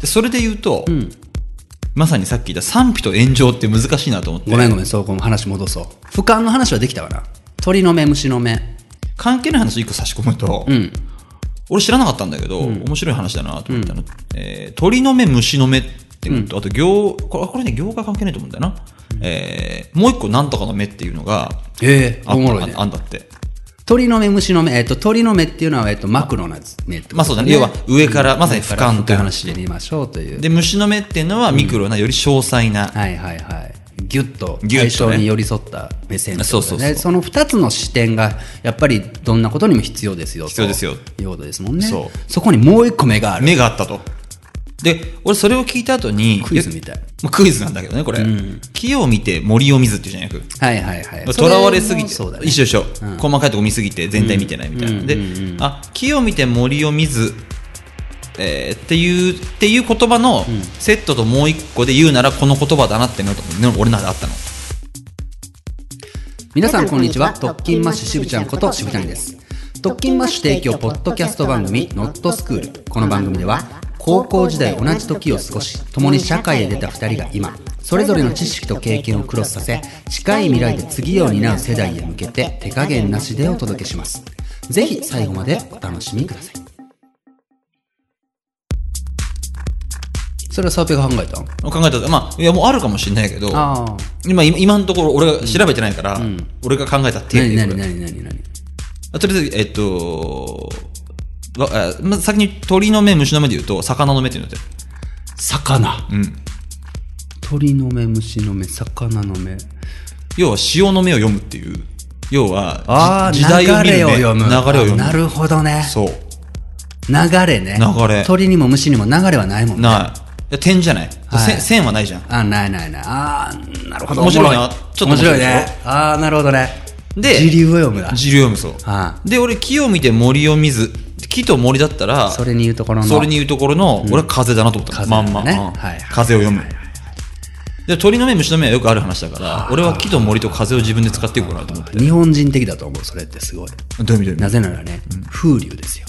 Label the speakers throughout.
Speaker 1: でそれで言うと、
Speaker 2: ん
Speaker 1: まさにさっき言った賛否と炎上って難しいなと思って
Speaker 2: ごめんごめん、そう、この話戻そう。俯瞰の話はできたわな。鳥の目、虫の目。
Speaker 1: 関係ない話一個差し込むと、
Speaker 2: うん。
Speaker 1: 俺知らなかったんだけど、面白い話だなと思ったの、えー鳥の目虫の目っていうのと、あと行これこれね行が関係ないと思うんだよな、えーもう一個なんとかの目っていうのが
Speaker 2: ええ
Speaker 1: あ
Speaker 2: おもろいね
Speaker 1: あ。あんだって
Speaker 2: 鳥の目、虫の目。えっ、と、鳥の目っていうのは、えっ、と、マクロな目ってこと
Speaker 1: まあそうだね要は上からまさに俯瞰
Speaker 2: と
Speaker 1: とい
Speaker 2: い
Speaker 1: うう
Speaker 2: 話
Speaker 1: 話
Speaker 2: で見ましょうという。
Speaker 1: で虫の目っていうのはミクロな、より詳細な
Speaker 2: はいはいはい。ギュッと
Speaker 1: ギュ
Speaker 2: 対
Speaker 1: ッとね
Speaker 2: 象に寄り添った目線ってこと
Speaker 1: そうそうそう
Speaker 2: ねその2つの視点がやっぱりどんなことにも必要ですよと
Speaker 1: 必要ですよ
Speaker 2: いうことですもんね
Speaker 1: そ
Speaker 2: こにもう1個目がある
Speaker 1: 目があったとで俺それを聞いた後に
Speaker 2: クイズみたい
Speaker 1: まあクイズなんだけどねこれ、木を見て森を見ずっていうじゃなく
Speaker 2: はいはいはい
Speaker 1: とらわれすぎて、
Speaker 2: それもそうだね
Speaker 1: 一緒一緒、細かいとこ見すぎて全体見てないみたいな、で、あ木を見て森を見ず、えーっていうっていう言葉のセットともう一個で言うならこの言葉だなっていうのがね俺ならあったの
Speaker 2: 皆さんこんにちは特勤マッシュしぶちゃんことしぶちゃんです特勤マッシュ提供ポッドキャスト番組「ノットスクールこの番組では高校時代同じ時を過ごし共に社会へ出た2人が今それぞれの知識と経験をクロスさせ近い未来で次を担う世代へ向けて手加減なしでお届けしますぜひ最後までお楽しみくださいそれはサーペが考えたん
Speaker 1: 考えたらまあいやもうあるかもしれないけど
Speaker 2: ああ
Speaker 1: 今今今のところ俺が調べてないから、俺が考えたっていう
Speaker 2: 何
Speaker 1: ねこ
Speaker 2: 何
Speaker 1: れ
Speaker 2: 何何何
Speaker 1: あとりあえずえっとわあまず先に鳥の目虫の目で言うと魚の目っていうのって
Speaker 2: 魚
Speaker 1: うん
Speaker 2: 鳥の目虫の目魚の目
Speaker 1: 要は潮の目を読むっていう要は
Speaker 2: ああ、
Speaker 1: じ時代を見る目
Speaker 2: 流れを読む。
Speaker 1: 流れを読む
Speaker 2: あなるほどね。
Speaker 1: そう
Speaker 2: 流れね。
Speaker 1: 流れ
Speaker 2: 鳥にも虫にも流れはないもんね。
Speaker 1: ない。点じゃない。
Speaker 2: はい
Speaker 1: 線線はないじゃん。
Speaker 2: あ、ないないない。ああ、なるほど。
Speaker 1: 面白いな
Speaker 2: おも
Speaker 1: ちょ
Speaker 2: ろ
Speaker 1: っと
Speaker 2: 面
Speaker 1: 面白
Speaker 2: 白い
Speaker 1: いでしょ
Speaker 2: ね。ああ、なるほどね。
Speaker 1: で
Speaker 2: 時流を読むだ。
Speaker 1: 自流読むそう。
Speaker 2: あ
Speaker 1: で、俺、木を見て森を見ず。木と森だったら、
Speaker 2: あそれに言うところの。
Speaker 1: それに言うところの、俺は風だなと思ったの。
Speaker 2: 風だ
Speaker 1: ま
Speaker 2: ね
Speaker 1: んま。うん
Speaker 2: はい
Speaker 1: 風を読む。で、鳥の目、虫の目はよくある話だから、俺は木と森と風を自分で使っていこうかなと思って。
Speaker 2: 日本人的だと思う、それってすごい。
Speaker 1: どういう意味どうい
Speaker 2: な
Speaker 1: う
Speaker 2: ぜならね、風流ですよ。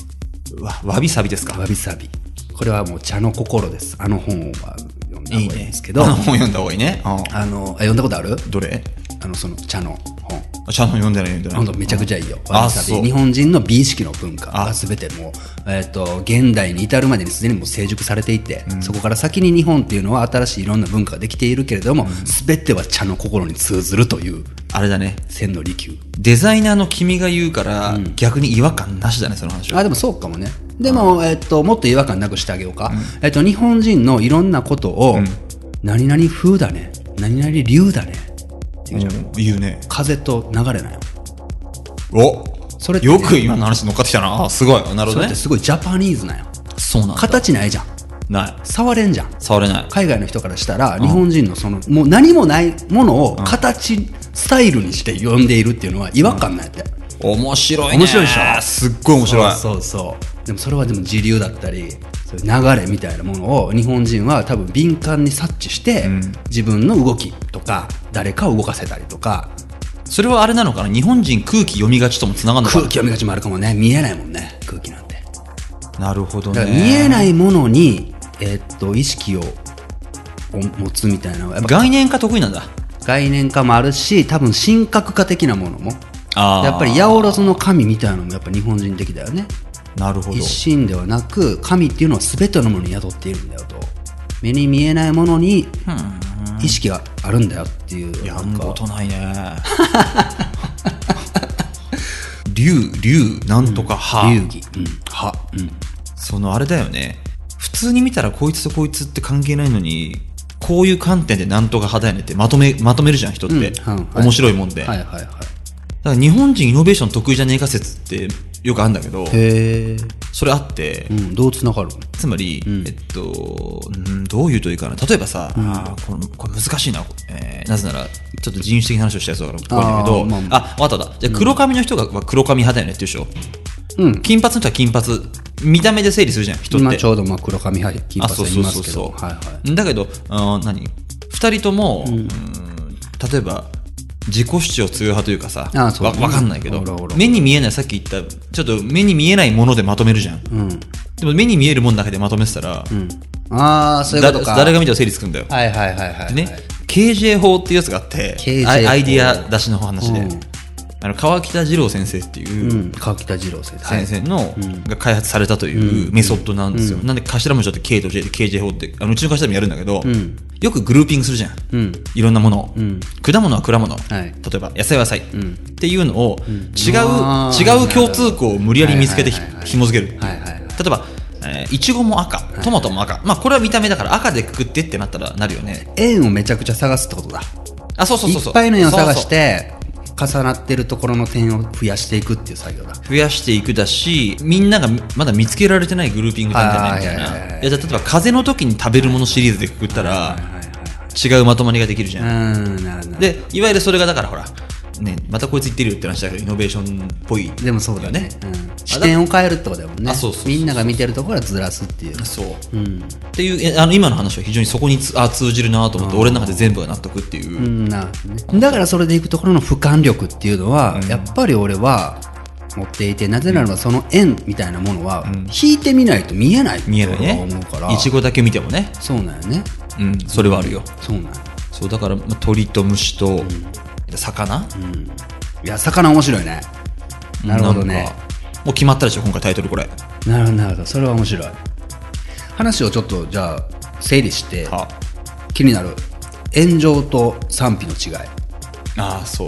Speaker 1: 意味わわびさびですか。
Speaker 2: わびさび。これはもう茶の心です。あの本は読んだ
Speaker 1: いい
Speaker 2: 方がいいん
Speaker 1: ね
Speaker 2: ですけど、
Speaker 1: あの 本読んだ方がいいね。うん
Speaker 2: あの、あ読んだことある
Speaker 1: どれ
Speaker 2: あの、その茶の本。
Speaker 1: あちゃんと読んでない読んでない。
Speaker 2: 本当めちゃくちゃいいよ。
Speaker 1: あ
Speaker 2: わびさび
Speaker 1: そう
Speaker 2: 日本人の美意識の文化
Speaker 1: あ
Speaker 2: は全てもう、えっと現代に至るまでにすでにもう成熟されていて、そこから先に日本っていうのは新しいいろんな文化ができているけれども、全ては茶の心に通ずるという
Speaker 1: あれだね。
Speaker 2: 千の利休。
Speaker 1: デザイナーの君が言うから、逆に違和感なしだね、その話は。
Speaker 2: あでもそうかもね。でも、えっともっと違和感なくしてあげようか。えっと日本人のいろんなことを、何々風だね、何々流だねっていうじゃん。
Speaker 1: うん言うね。
Speaker 2: 風と流れなよ。
Speaker 1: お
Speaker 2: それって
Speaker 1: よく今の話に乗っかってきたな。あすごい。なるほ
Speaker 2: そ
Speaker 1: ど
Speaker 2: れ
Speaker 1: ね
Speaker 2: って。すごいジャパニーズなよ。
Speaker 1: そうなんだ。
Speaker 2: 形ないじゃん。
Speaker 1: ない。
Speaker 2: 触れんじゃん。
Speaker 1: 触れない。
Speaker 2: 海外の人からしたら日本人のそのもう何もないものを形、スタイルにして呼んでいるっていうのは違和感ないって、
Speaker 1: 面白いね。
Speaker 2: 面白いでしょ
Speaker 1: すっごい面白い。
Speaker 2: そうそうそうでもそれはでも時流だったりそういう流れみたいなものを日本人は多分敏感に察知して、自分の動きとか誰かを動かせたりとか
Speaker 1: それはあれなのかな日本人空気読みがちともつながるのか
Speaker 2: 空気読みがちもあるかもね見えないもんね空気なんて
Speaker 1: ななるほど
Speaker 2: だ
Speaker 1: ね。
Speaker 2: から見えないものに、えーっと意識をお持つみたいなのはやっぱ
Speaker 1: 概念化得意なんだ。
Speaker 2: 概念化もあるし多分神格化的なものも
Speaker 1: あー
Speaker 2: やっぱり八百万の神みたいなのもやっぱ日本人的だよね
Speaker 1: なるほど
Speaker 2: 一。心ではなく神っていうのは全てのものに宿っているんだよと目に見えないものに意識があるんだよっていう
Speaker 1: や
Speaker 2: なん
Speaker 1: ん
Speaker 2: か
Speaker 1: ことない ね。竜、竜、なんとか歯。
Speaker 2: 流儀、うん、は、うん、
Speaker 1: そのあれだよね。普通に見たらこいつとこいつって関係ないのに、こういう観点でなんとか派だよねってまとめ、まとめるじゃん、人って。
Speaker 2: うんうんはい
Speaker 1: 面白いもんで。
Speaker 2: はいはいは
Speaker 1: だ
Speaker 2: い
Speaker 1: から日本人イノベーション得意じゃねえか説ってよくあるんだけど、
Speaker 2: へえ、
Speaker 1: それあって、
Speaker 2: うん、どうつながるの
Speaker 1: つまり、えっと、うんどういうといいかな。例えばさ、あーこれこれ難しいな、えーなぜなら、ちょっと人種的な話をしたやつだから、怖いんだけ
Speaker 2: あ
Speaker 1: ど
Speaker 2: ー、まあ
Speaker 1: あ、わかったわかった。じゃあ黒髪の人が、まあ黒髪派だよねって言うでしょ。
Speaker 2: うん
Speaker 1: 金髪の人は金髪。見た目で整理するじゃん、人って。
Speaker 2: 今ちょうどまあ黒髪派金
Speaker 1: あ
Speaker 2: 髪
Speaker 1: そう
Speaker 2: 派
Speaker 1: そそ
Speaker 2: いうます
Speaker 1: う
Speaker 2: けど
Speaker 1: そ
Speaker 2: はいは
Speaker 1: うだけどあー何2人とも、うーん例えば自己主張強い派というかさ
Speaker 2: あーそう
Speaker 1: わわかんないけど
Speaker 2: おらおら
Speaker 1: 目に見えないさっき言ったちょっと目に見えないものでまとめるじゃん、
Speaker 2: いうん
Speaker 1: でも目に見えるものだけでまとめてたら、
Speaker 2: ああそういうことか
Speaker 1: だ誰が見ても整理つくんだよ、
Speaker 2: はいはいはいはい
Speaker 1: でね KJ 法っていうやつがあって
Speaker 2: KJ 法
Speaker 1: アイアイディア出しの話で、
Speaker 2: うん
Speaker 1: あの川北二郎先生っていう、
Speaker 2: うん、川北二郎先生
Speaker 1: 先生の、が開発されたというメソッドなんですよ、なんで頭文字だって K と J で KJ 法ってあのうちの会社でもやるんだけど、
Speaker 2: ん
Speaker 1: よくグルーピングするじゃん、
Speaker 2: うん
Speaker 1: いろんなものを、果物は果物、
Speaker 2: い
Speaker 1: 例えば野菜は野菜、っていうのを違う、
Speaker 2: あー
Speaker 1: 違う共通項を無理やり見つけてひ
Speaker 2: はいはいはいはい
Speaker 1: 紐付けるっていう、
Speaker 2: はいはいはい
Speaker 1: 例えばえーいちごも赤トマトも赤、まあこれは見た目だから赤でくくってってなったらなるよね
Speaker 2: 円をめちゃくちゃ探すってことだ
Speaker 1: あそうそうそうそう
Speaker 2: いっぱいの円を探
Speaker 1: そうそう
Speaker 2: して重なってるところの点を増やしていくっていう作業だ
Speaker 1: 増やしていくだしみんながまだ見つけられてないグルーピングなんじゃないみたい
Speaker 2: あーはいはいはいは
Speaker 1: ないいやじゃあ例えば風邪の時に食べるものシリーズでくくったら違うまとまりができるじゃん、
Speaker 2: うんなるほど
Speaker 1: でいわゆるそれがだからほらねまたこいつ言ってるよって話だけどイノベーションっぽい
Speaker 2: でもそうだね
Speaker 1: よ
Speaker 2: うん、視点を変えるってことだもんね
Speaker 1: あそうそうそう
Speaker 2: みんなが見てるところはずらすっていう
Speaker 1: そう、っていうえあの今の話は非常にそこにつあ通じるなと思って俺の中で全部が納得っていう、
Speaker 2: うんなるほどねだからそれでいくところの俯瞰力っていうのは、やっぱり俺は持っていてなぜならばその円みたいなものは、引いてみないと見えないって
Speaker 1: 見えない
Speaker 2: 俺は
Speaker 1: ね
Speaker 2: 思うから
Speaker 1: いちごだけ見てもね、
Speaker 2: そうなんよね
Speaker 1: うん、それはあるよ
Speaker 2: そうなんよ
Speaker 1: そうだからまあ鳥と虫と、魚、
Speaker 2: いや魚面白いねなるほどね
Speaker 1: んかもう決まったでしょ今回タイトルこれ
Speaker 2: なるほどなるほどそれは面白い話をちょっとじゃあ整理して
Speaker 1: は
Speaker 2: 気になる炎上と賛否の違い
Speaker 1: ああそう、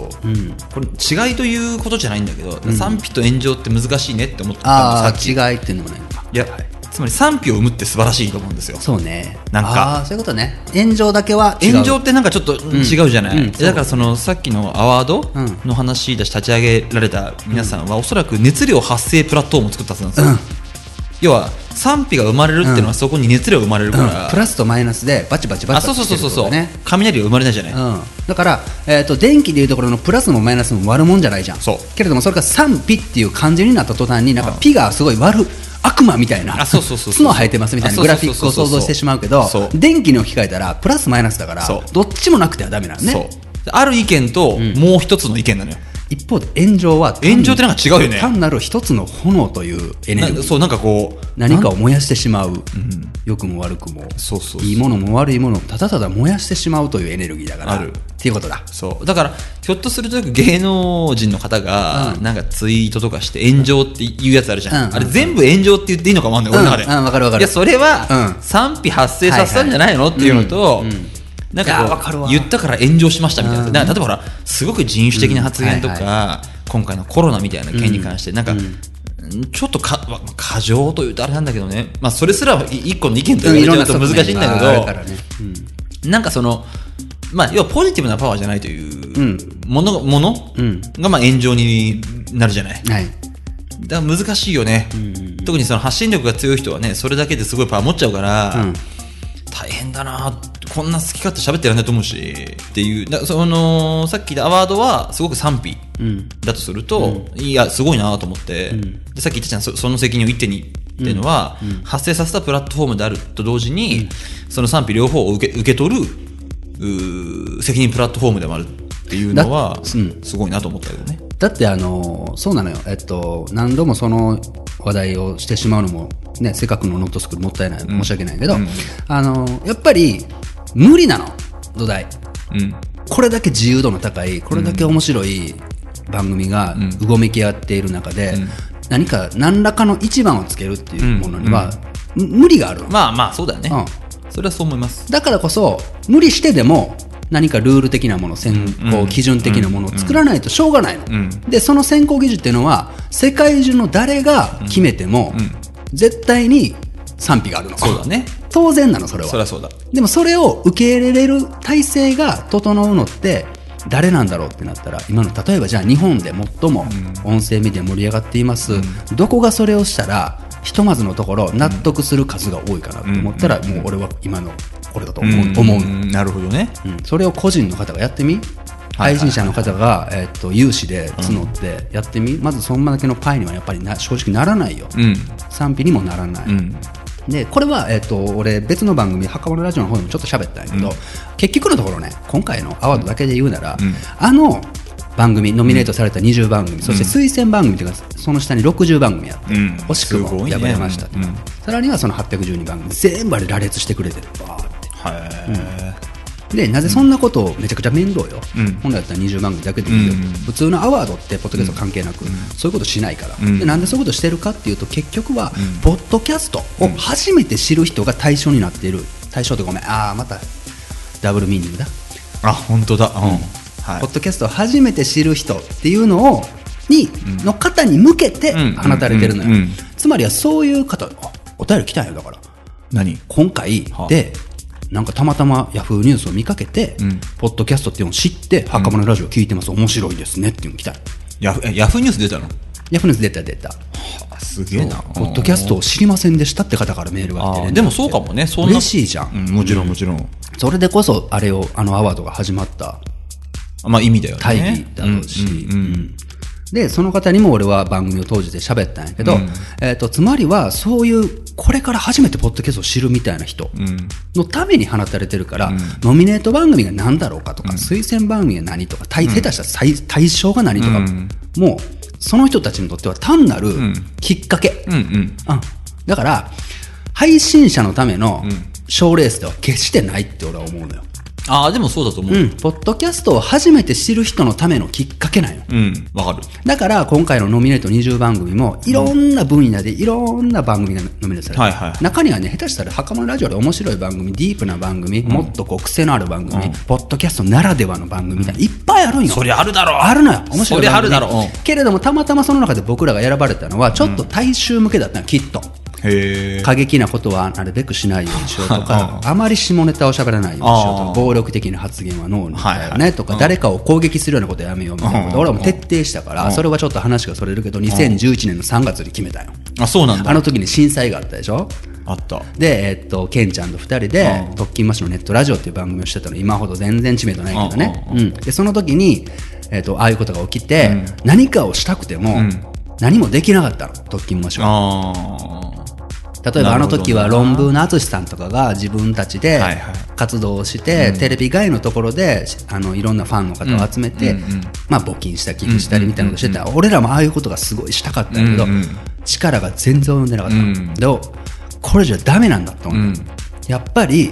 Speaker 1: これ違いということじゃないんだけど、賛否と炎上って難しいねって思ったの
Speaker 2: あ
Speaker 1: さっ
Speaker 2: あ
Speaker 1: き
Speaker 2: 違いっていうのもないのか
Speaker 1: いや、つまり賛否を生むって素晴らしいと思うんですよ
Speaker 2: そうね
Speaker 1: なんか
Speaker 2: あーそういうことね炎上だけは違う
Speaker 1: 炎上ってなんかちょっと違うじゃない、
Speaker 2: うん
Speaker 1: だからそのさっきのアワードの話だし立ち上げられた皆さんはおそらく熱量発生プラットフォームを作ったはずなんですよ、要は賛否が生まれるっていうのはそこに熱量が生まれるか
Speaker 2: うん
Speaker 1: ら、
Speaker 2: プラスとマイナスでバチバチバ
Speaker 1: あ
Speaker 2: チ
Speaker 1: そ
Speaker 2: バ
Speaker 1: う
Speaker 2: チ
Speaker 1: そう
Speaker 2: して
Speaker 1: そうそう
Speaker 2: るってこ
Speaker 1: そう、
Speaker 2: とね
Speaker 1: 雷が生まれないじゃない、
Speaker 2: うん、だから、えー、と電気でいうところのプラスもマイナスも悪もんじゃないじゃん
Speaker 1: そう
Speaker 2: けれどもそれが賛否っていう感じになった途端になんか「ピ」がすごい悪悪魔みたいな
Speaker 1: あそうそうそうそう
Speaker 2: 角生えてますみたいな
Speaker 1: あそ
Speaker 2: グ
Speaker 1: う
Speaker 2: ラ
Speaker 1: そう
Speaker 2: フィ
Speaker 1: そう
Speaker 2: ッ
Speaker 1: そ
Speaker 2: ク
Speaker 1: う
Speaker 2: を想像してしまうけど
Speaker 1: そう
Speaker 2: 電気に置き換えたらプラスマイナスだから
Speaker 1: そう
Speaker 2: どっちもなくてはダメなの
Speaker 1: そう
Speaker 2: ね
Speaker 1: ある意見ともう一つの意見なのよ、
Speaker 2: 一方で炎上は単
Speaker 1: 炎上ってなんか違うよね
Speaker 2: 単なる一つの炎というエネ
Speaker 1: な
Speaker 2: ルギー
Speaker 1: そうなんかこう
Speaker 2: 何かを燃やしてしまう良くも悪くも
Speaker 1: そうそうそう
Speaker 2: いいものも悪いものもただただ燃やしてしまうというエネルギーだから
Speaker 1: ある
Speaker 2: っていうことだ
Speaker 1: そうだからひょっとすると芸能人の方が
Speaker 2: う
Speaker 1: なんかツイートとかして炎上っていうやつあるじゃん、
Speaker 2: うん
Speaker 1: あれ全部炎上って言っていいのかもあんない、
Speaker 2: うん
Speaker 1: 俺の中で、
Speaker 2: うんわかるわか
Speaker 1: い
Speaker 2: る
Speaker 1: やそれは
Speaker 2: うん
Speaker 1: 賛否発生させたんじゃないの、っていうのと、なん
Speaker 2: いやわ
Speaker 1: か
Speaker 2: かる
Speaker 1: こ
Speaker 2: わ
Speaker 1: う言ったから炎上しましたみたいな、だから例えばほらすごく人種的な発言とか、
Speaker 2: うん
Speaker 1: 今回のコロナみたいな件に関してなんか、ちょっとかまあ過剰というとあれなんだけどね、まあ、それすらい一個の意見と言われちゃうと難しいんだけ
Speaker 2: いろ
Speaker 1: ど
Speaker 2: んな側面があるからねうん
Speaker 1: なんかその、まあ、要はポジティブなパワーじゃないといううんもの,、もの
Speaker 2: うん
Speaker 1: がまあ炎上になるじゃない。
Speaker 2: はい、
Speaker 1: だから難しいよね、特にその発信力が強い人はね、それだけですごいパワー持っちゃうから、
Speaker 2: うん
Speaker 1: 大変だな、こんな好き勝手喋ってらんないと思うしっていう、だそのさっき言ったアワードはすごく賛否
Speaker 2: うん
Speaker 1: だとすると、いや、すごいなと思って、でさっき言ったじゃんそ、その責任を一手に。っていうのは、発生させたプラットフォームであると同時に、その賛否両方を受け受け取るうー責任プラットフォームでもあるっていうのは、
Speaker 2: だうん
Speaker 1: すごいなと思ったけどね。
Speaker 2: だってあのそうなのよ、えっと、何度もその話題をしてしまうのも、ね、せっかくのノットスクールもったいない、申し訳ないけど、あのやっぱり無理なの土台
Speaker 1: うん
Speaker 2: これだけ自由度の高いこれだけ面白い番組がうごめき合っている中で、何か何らかの一番をつけるっていうものには、む無理があるの、
Speaker 1: まあまあ、そうだよね、
Speaker 2: う
Speaker 1: それはそう思います。
Speaker 2: だからこそ無理してでも何かルール的なもの選考基準的なものを作らないとしょうがないの、でその選考基準っていうのは世界中の誰が決めても絶対に賛否があるの、
Speaker 1: そうだね。
Speaker 2: 当然なのそれは
Speaker 1: そりゃそうだ。
Speaker 2: でもそれを受け入れれる体制が整うのって誰なんだろうってなったら今の例えばじゃあ日本で最も音声メディア盛り上がっています、どこがそれをしたらひとまずのところ納得する数が多いかなと思ったら、もう俺は今のこれだと思う,、思うの
Speaker 1: んなるほどね。
Speaker 2: うんそれを個人の方がやってみ
Speaker 1: はいはいはい
Speaker 2: 配信者の方が、えっと有志で募ってやってみ、まずそんなだけのパイにはやっぱりな正直ならないよ、
Speaker 1: うん。
Speaker 2: 賛否にもならない、
Speaker 1: うん。
Speaker 2: でこれは、えっと俺別の番組袴のラジオの方でもちょっと喋ったんやけど、結局のところね今回のアワードだけで言うなら、あの番組ノミネートされた20番組、そして推薦番組というかその下に60番組あって、
Speaker 1: うん
Speaker 2: 惜しく
Speaker 1: す
Speaker 2: も
Speaker 1: ごい
Speaker 2: 敗
Speaker 1: ね
Speaker 2: れましたと、
Speaker 1: うん
Speaker 2: さらにはその812番組全部あれ羅列してくれてるわーって
Speaker 1: は
Speaker 2: でなぜそんなことをめちゃくちゃ面倒よ、
Speaker 1: うん
Speaker 2: 本来だったら20番組だけでいいよ、
Speaker 1: うん
Speaker 2: 普通のアワードってポッドキャスト関係なく、そういうことしないから、
Speaker 1: うん
Speaker 2: でなんでそういうことしてるかっていうと結局は、ポッドキャストを初めて知る人が対象になっている対象ってごめんああまたダブルミーニングだ、
Speaker 1: いあ本当だうんはい
Speaker 2: ポッドキャストを初めて知る人っていうのをに、の方に向けて
Speaker 1: うん
Speaker 2: 放たれてるのよ、
Speaker 1: うんうん
Speaker 2: つまりはそういう方あお便り来たんやだから
Speaker 1: 何
Speaker 2: 今回
Speaker 1: はあ
Speaker 2: で、なんかたまたまヤフーニュースを見かけて、
Speaker 1: ん
Speaker 2: ポッドキャストっていうのを知って、墓場のラジオ聞いてます、面白いですねっていうの来た。
Speaker 1: ヤフえヤフーニュース出たの
Speaker 2: ヤフーニュース出た出た。
Speaker 1: あすげえな
Speaker 2: ポッドキャストを知りませんでしたって方からメールが
Speaker 1: あ
Speaker 2: 来て
Speaker 1: ー
Speaker 2: ね。
Speaker 1: でもそうかもねそんな
Speaker 2: 嬉しいじゃん。
Speaker 1: うんもちろんもちろん
Speaker 2: それでこそ、あれを、あのアワードが始まった
Speaker 1: まあ意味だよね
Speaker 2: 大義だろうし、
Speaker 1: うんうんうん
Speaker 2: うんで、その方にも俺は番組を通じて喋ったんやけど、えっ、と、つまりは、そういう、これから初めてポッドキャストを知るみたいな人、
Speaker 1: うん
Speaker 2: のために放たれてるから、ノミネート番組が何だろうかとか、推薦番組が何とか、対下手したら最対象が何とか、もうその人たちにとっては単なるきっかけ、
Speaker 1: うんうん
Speaker 2: うんだから配信者のための賞レースでは決してないって俺は思うのよ、
Speaker 1: ああでもそうだと思う
Speaker 2: う
Speaker 1: うん
Speaker 2: ん、ポッドキャストを初めて知る人のためのきっかけなんよ
Speaker 1: わ、かる
Speaker 2: だから今回のノミネート20番組もいろんな分野でいろんな番組がノミネートされて、
Speaker 1: はいはい
Speaker 2: 中にはね下手したら袴のラジオで面白い番組ディープな番組、もっとこう癖のある番組、ポッドキャストならではの番組みたいな、いっぱいあるんよ
Speaker 1: そりゃあるだろう
Speaker 2: あるのよ面白い番組
Speaker 1: そりゃあるだろううん
Speaker 2: けれどもたまたまその中で僕らが選ばれたのはちょっと大衆向けだったのきっと。
Speaker 1: へえ
Speaker 2: 過激なことはなるべくしないようにしようとか、
Speaker 1: う
Speaker 2: あまり下ネタを喋らないようにしようと
Speaker 1: あ
Speaker 2: か、
Speaker 1: ー
Speaker 2: 暴力的な発言は脳にだよ
Speaker 1: はいは
Speaker 2: ね
Speaker 1: い
Speaker 2: とか、誰かを攻撃するようなことやめようみたいなこ
Speaker 1: う
Speaker 2: と、
Speaker 1: ん
Speaker 2: 俺はもう徹底したから、それはちょっと話がそれるけど、2011年の3月に決めたよ。
Speaker 1: あそうなんだ
Speaker 2: あの時に震災があったでしょ
Speaker 1: あった
Speaker 2: で、えっと、ケンちゃんと2人で
Speaker 1: う、ん
Speaker 2: 特勤マッシュのネットラジオっていう番組をしてたの、今ほど全然知名度ないけどね。
Speaker 1: う
Speaker 2: うんで、その時に、えっと、ああいうことが起きて、何かをしたくても、何もできなかったの、特勤マッシュは。
Speaker 1: ああ
Speaker 2: 例えばあの時は論文の淳さんとかが自分たちで
Speaker 1: はいはい
Speaker 2: 活動をして、テレビ以外のところであのいろんなファンの方を集めて、まあ、募金した寄付したりみたいなことしてた、俺らもああいうことがすごいしたかったんだけど、
Speaker 1: うんうん
Speaker 2: 力が全然及んでなかった、
Speaker 1: ん
Speaker 2: でもこれじゃダメなんだと思う、
Speaker 1: うん
Speaker 2: やっぱり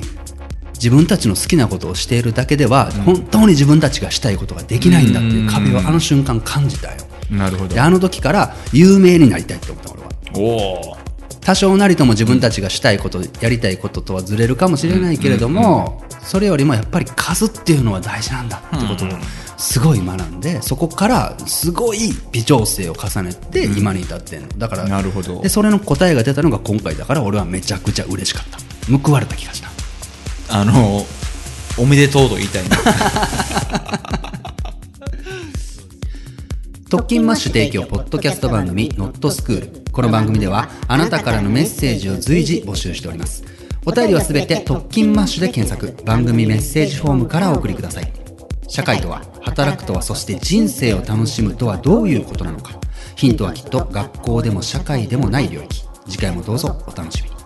Speaker 2: 自分たちの好きなことをしているだけでは本当に自分たちがしたいことができないんだっていう壁をあの瞬間感じたよ、
Speaker 1: なるほど
Speaker 2: であの時から有名になりたいって思った俺は。
Speaker 1: おお
Speaker 2: 多少なりとも自分たちがしたいこと、やりたいこととはずれるかもしれないけれども、それよりもやっぱり数っていうのは大事なんだってことをすごい学んでそこからすごい微調整を重ねて今に至ってんのだから
Speaker 1: なるほど
Speaker 2: でそれの答えが出たのが今回だから俺はめちゃくちゃ嬉しかった報われた気がした
Speaker 1: あのおめでとうと言いたいな
Speaker 2: 特勤マッシュ提供ポッドキャスト番組「ノットスクールこの番組ではあなたからのメッセージを随時募集しておりますお便りはすべて特勤マッシュで検索番組メッセージフォームからお送りください社会とは働くとはそして人生を楽しむとはどういうことなのかヒントはきっと学校でも社会でもない領域次回もどうぞお楽しみに